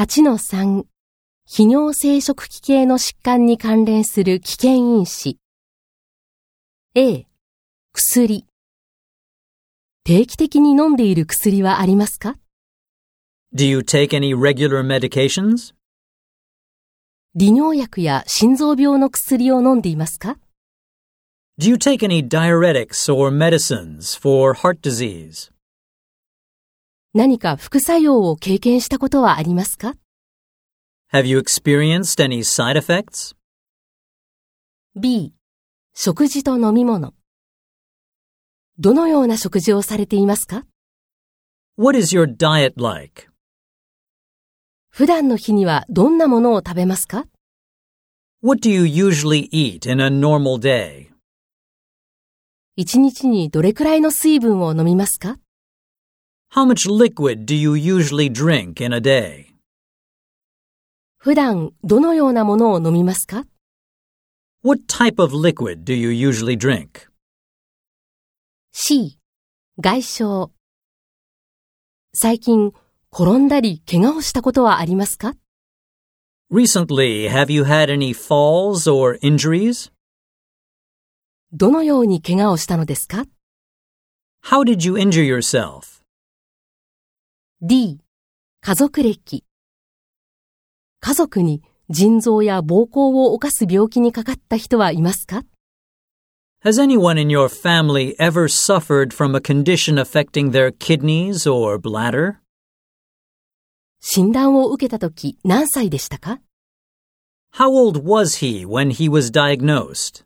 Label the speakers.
Speaker 1: 8-3、泌尿生殖器系の疾患に関連する危険因子。A、薬。定期的に飲んでいる薬はありますか
Speaker 2: Do you take any regular medications?
Speaker 1: 利尿薬や心臓病の薬を飲んでいますか
Speaker 2: Do you take any diuretics or medicines for heart disease?
Speaker 1: 何か副作用を経験したことはありますか
Speaker 2: Have you experienced any side effects?
Speaker 1: ?B、食事と飲み物。どのような食事をされていますか
Speaker 2: What is your diet like?
Speaker 1: 普段の日にはどんなものを食べますか
Speaker 2: What do you usually eat in a normal day?
Speaker 1: 一日にどれくらいの水分を飲みますか
Speaker 2: How much liquid do you usually drink in a day?
Speaker 1: 普段どのようなものを飲みますか
Speaker 2: What type of liquid do you usually drink?
Speaker 1: C、外傷。最近、転んだり怪我をしたことはありますか
Speaker 2: Recently, have you had any falls or injuries?
Speaker 1: どのように怪我をしたのですか
Speaker 2: How did you injure yourself?
Speaker 1: ?D、家族歴。家族に腎臓や膀胱を犯す病気にかかった人はいますか
Speaker 2: Has anyone in your family ever suffered from a condition affecting their kidneys or bladder?
Speaker 1: 診断を受けた時何歳でしたか
Speaker 2: How old was he when he was diagnosed?